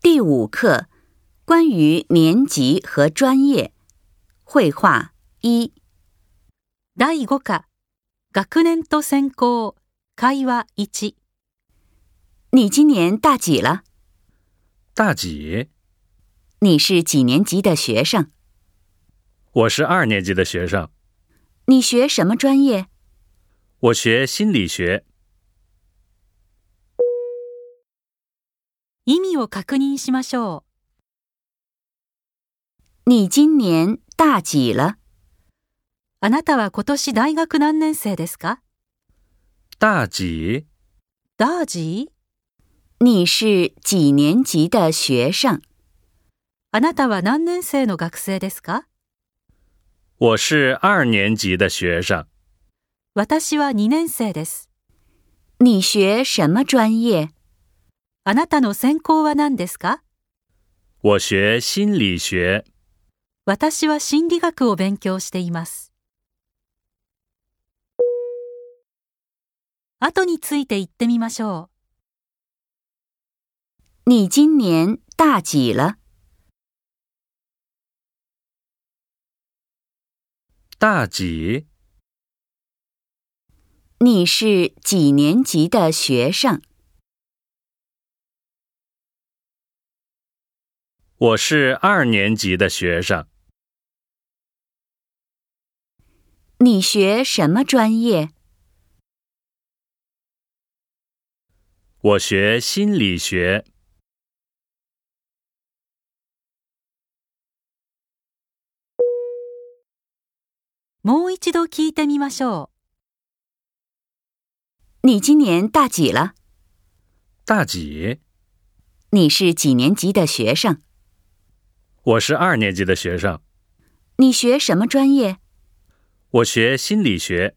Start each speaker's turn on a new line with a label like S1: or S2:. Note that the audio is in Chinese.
S1: 第五课，关于年级和专业，绘画一。
S2: 第5課、学年と専攻、会話1、
S1: 你今年大几了？
S3: 大几？
S1: 你是几年级的学生？
S3: 我是二年级的学生，
S1: 你学什么专业？
S3: 我学心理学。
S2: 意味を確認しましょ
S1: 你今年大几了？
S2: う。あなたは今年大学何年生ですか
S3: 大几？
S2: ダージー
S1: 你是几年级的学生？
S2: あなたは何年生の学生ですか
S3: 我是二年级的学生，
S2: 私は2年生です。
S1: 你学什么专业？
S2: あなたの専攻は何ですか
S3: 我学心理学。
S2: 私は心理学を勉強しています。後について言ってみましょう。
S1: 你今年大几了？
S3: 大几？
S1: 你是几年级的学生？
S3: 我是二年级的学生，
S1: 你学什么专业？
S3: 我学心理学。
S2: もう一度聞いてみましょ
S1: 你今年大几了？
S3: 大几？
S1: 你是几年级的学生？
S3: 我是二年级的学生，
S1: 你学什么专业？
S3: 我学心理学。